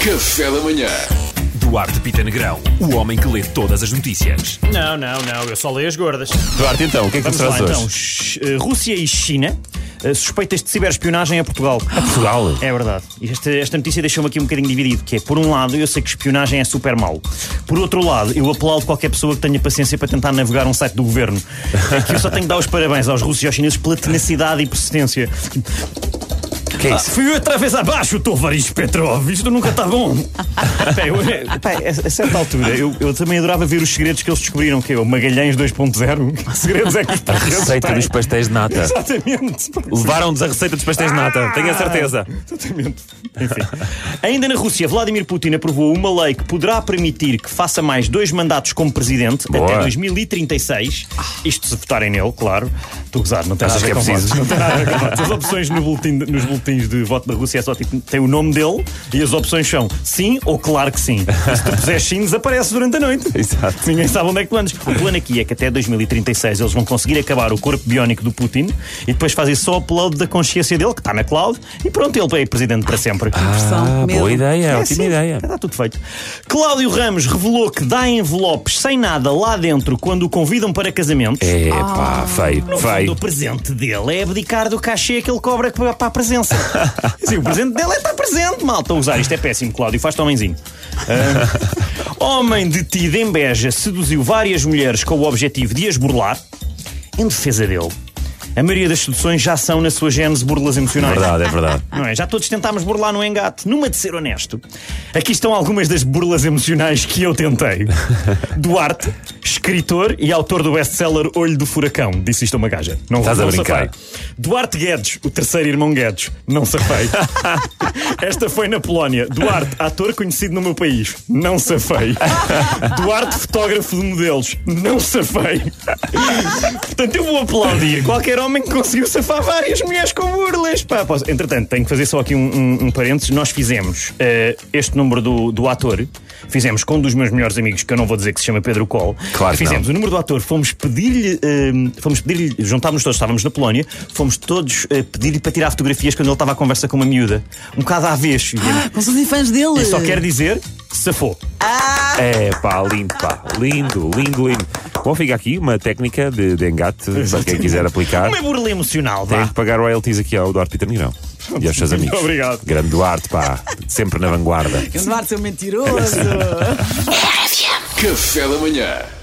Café da Manhã. Duarte Pita Negrão, o homem que lê todas as notícias. Não, não, não, eu só leio as gordas. Duarte, então, o que é que nos Vamos traz lá então. hoje? Ch- eh, Rússia e China eh, suspeitas de ciberespionagem a Portugal. Portugal. É verdade. Esta, esta notícia deixou-me aqui um bocadinho dividido, que é, por um lado, eu sei que espionagem é super mau. Por outro lado, eu aplaudo qualquer pessoa que tenha paciência para tentar navegar um site do governo. É que eu só tenho que dar os parabéns aos russos e aos chineses pela tenacidade e persistência. O que é isso? Fui outra vez abaixo, Tovaris Petrov. Isto nunca está bom. Pá, eu- é, pá, a a certa altura, eu, eu também adorava ver os segredos que eles descobriram, que é o Magalhães 2.0. Que Segredos é que está Receita dos pastéis de nata. Exatamente. Levaram-nos a receita dos pastéis de Ah! nata, tenho a certeza. Exatamente. Enfim. Ainda na Rússia, Vladimir Putin aprovou uma lei que poderá permitir que faça mais dois mandatos como presidente Boa. até 2036. Isto se votarem nele, claro. Estou a gozar, não tem Achas nada a ver que é com preciso? votos. Não tem nada a ver com votos. As opções no boletim de- nos boletins de voto da Rússia é só tipo, tem o nome dele e as opções são sim ou claro que sim. E se tu puseres sim, desaparece durante a noite. Exato. Ninguém sabe onde é que tu andas. O plano aqui é que até 2036 eles vão conseguir acabar o corpo biónico do Putin e depois fazem só o upload da consciência dele, que está na cloud, e pronto, ele é presidente para sempre. Ah, boa ideia, É, ótima sim, ideia. Está tudo feito. Cláudio Ramos revelou que dá envelopes sem nada lá dentro quando o convidam para casamentos. É pá, feio, No fundo, o feio. presente dele é abdicar do cachê que ele cobra para para a presença. Sim, o presente dele é estar presente, malta. A usar isto é péssimo, Cláudio. Faz-te homenzinho. Ah, homem detido em Beja seduziu várias mulheres com o objetivo de as burlar. Em defesa dele, a maioria das seduções já são, na sua gênese, burlas emocionais. Verdade, é verdade. Não é? Já todos tentámos burlar no engate. Numa de ser honesto, aqui estão algumas das burlas emocionais que eu tentei. Duarte, escritor e autor do best-seller Olho do Furacão, disse isto a uma gaja. Não Estás a não brincar. safei. Duarte Guedes, o terceiro irmão Guedes, não safei. Esta foi na Polónia. Duarte, ator conhecido no meu país, não safei. Duarte, fotógrafo de modelos, não safei. Portanto, eu vou aplaudir qualquer homem que conseguiu safar várias mulheres com burlas. Pá, posso- Entretanto, tenho que fazer só aqui um, um, um parênteses. Nós fizemos eh, este número do, do ator, fizemos com um dos meus melhores amigos, que eu não vou dizer que se chama Pedro Coll. Claro que Fizemos o número do ator, fomos pedir-lhe, ehm, fomos pedir-lhe, juntámos todos, estávamos na Polónia, fomos todos eh, pedir-lhe para tirar fotografias quando ele estava à conversa com uma miúda. Um bocado à vez. E Ah, Não sou nem fãs dele. eu só quero dizer, safou. É pá, lindo, pá. Lindo, lindo, lindo. Bom, fica aqui uma técnica de, de engate para quem quiser aplicar. Uma burla emocional, Tem vá. de pagar royalties aqui ao Duarte Pita Negrão e aos seus Muito amigos. obrigado. Grande Duarte, pá. Sempre na vanguarda. Eduardo, seu mentiroso. Café da Manhã.